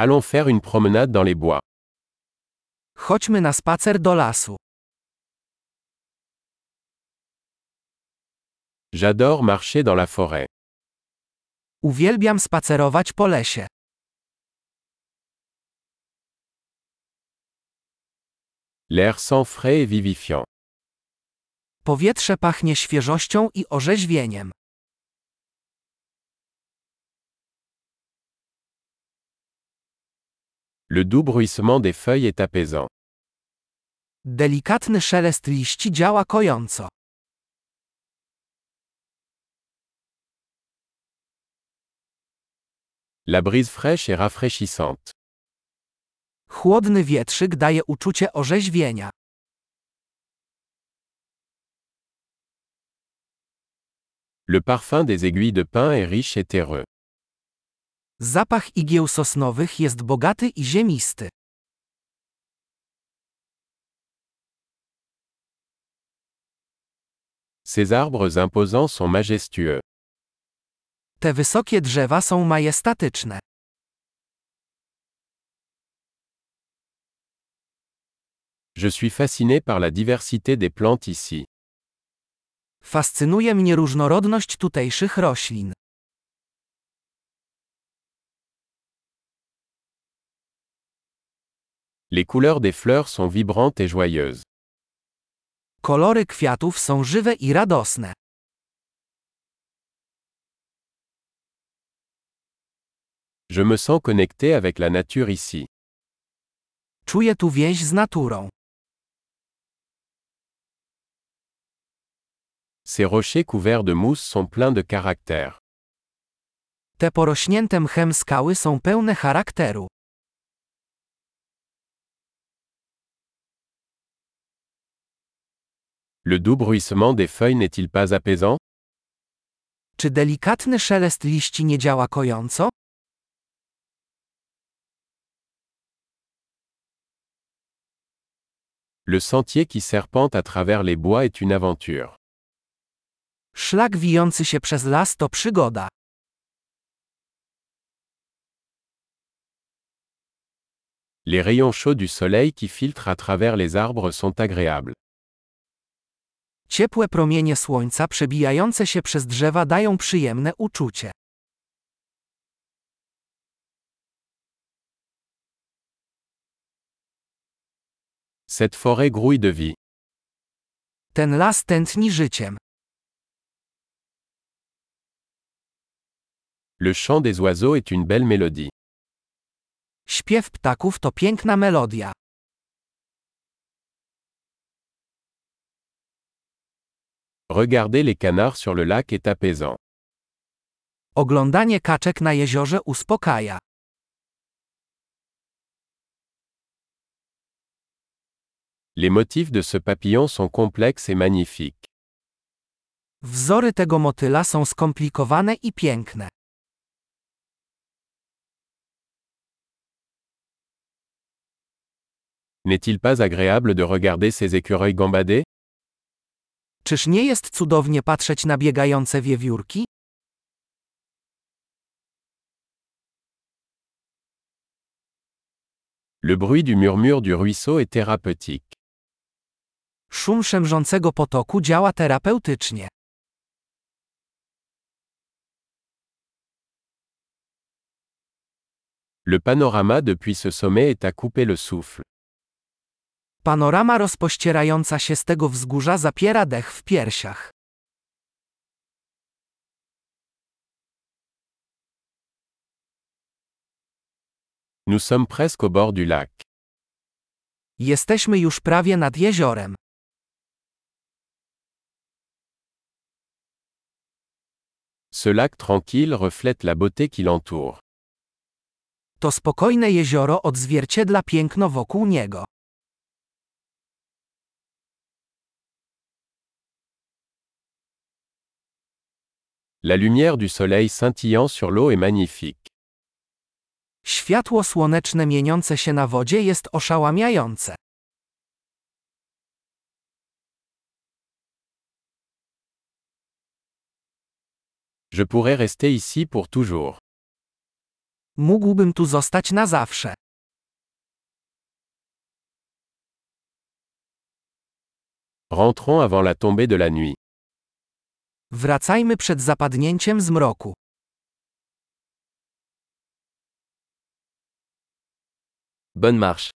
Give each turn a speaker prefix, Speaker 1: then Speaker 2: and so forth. Speaker 1: Allons faire une promenade dans les bois.
Speaker 2: Chodźmy na spacer do lasu.
Speaker 1: J'adore marcher dans la forêt.
Speaker 2: Uwielbiam spacerować po lesie.
Speaker 1: L'air sent frais et vivifiant.
Speaker 2: Powietrze pachnie świeżością i orzeźwieniem.
Speaker 1: Le doux bruissement des feuilles est apaisant.
Speaker 2: Delikatny szelest liści działa kojąco.
Speaker 1: La brise fraîche est rafraîchissante.
Speaker 2: Chłodny wietrzyk daje uczucie orzeźwienia.
Speaker 1: Le parfum des aiguilles de pin est riche et terreux.
Speaker 2: Zapach igieł sosnowych jest bogaty i ziemisty.
Speaker 1: Ces arbres imposants sont majestueux.
Speaker 2: Te wysokie drzewa są majestatyczne.
Speaker 1: Je suis fasciné par la diversité des plantes ici.
Speaker 2: Fascynuje mnie różnorodność tutejszych roślin.
Speaker 1: Les couleurs des fleurs sont vibrantes et joyeuses.
Speaker 2: Kolory kwiatów są żywe i radosne.
Speaker 1: Je me sens connecté avec la nature ici.
Speaker 2: Czuję tu więź z naturą.
Speaker 1: Ces rochers couverts de mousse sont pleins de caractère.
Speaker 2: Te porośnięte mchem skały są pełne charakteru.
Speaker 1: Le doux bruissement des feuilles n'est-il pas apaisant
Speaker 2: Czy delikatny szelest liści nie działa kojąco?
Speaker 1: Le sentier qui serpente à travers les bois est une aventure.
Speaker 2: Szlak wijący się przez las to przygoda.
Speaker 1: Les rayons chauds du soleil qui filtrent à travers les arbres sont agréables.
Speaker 2: Ciepłe promienie słońca przebijające się przez drzewa dają przyjemne uczucie.
Speaker 1: Cette forêt grouille de vie.
Speaker 2: Ten las tętni życiem.
Speaker 1: Le chant des oiseaux est une belle mélodie.
Speaker 2: Śpiew ptaków to piękna melodia.
Speaker 1: Regarder les canards sur le lac est apaisant.
Speaker 2: Oglądanie kaczek na jeziorze uspokaja.
Speaker 1: Les motifs de ce papillon sont complexes et magnifiques.
Speaker 2: Wzory tego motyla są skomplikowane i piękne.
Speaker 1: N'est-il pas agréable de regarder ces écureuils gambader
Speaker 2: Czyż nie jest cudownie patrzeć na biegające wiewiórki?
Speaker 1: Le bruit du murmure du ruisseau est thérapeutique.
Speaker 2: Szum szemrzącego potoku działa terapeutycznie.
Speaker 1: Le panorama depuis ce sommet est à couper le souffle.
Speaker 2: Panorama rozpościerająca się z tego wzgórza zapiera dech w piersiach.
Speaker 1: Nous sommes presque au bord du lac.
Speaker 2: Jesteśmy już prawie nad jeziorem.
Speaker 1: Ce lac tranquille reflète la beauté qui l'entoure.
Speaker 2: To spokojne jezioro odzwierciedla piękno wokół niego.
Speaker 1: La lumière du soleil scintillant sur l'eau est magnifique.
Speaker 2: Światło słoneczne mieniące się na wodzie jest oszałamiające.
Speaker 1: Je pourrais rester ici pour toujours.
Speaker 2: Mógłbym tu zostać na zawsze.
Speaker 1: Rentrons avant la tombée de la nuit.
Speaker 2: Wracajmy przed zapadnięciem zmroku.
Speaker 3: Bonne marche.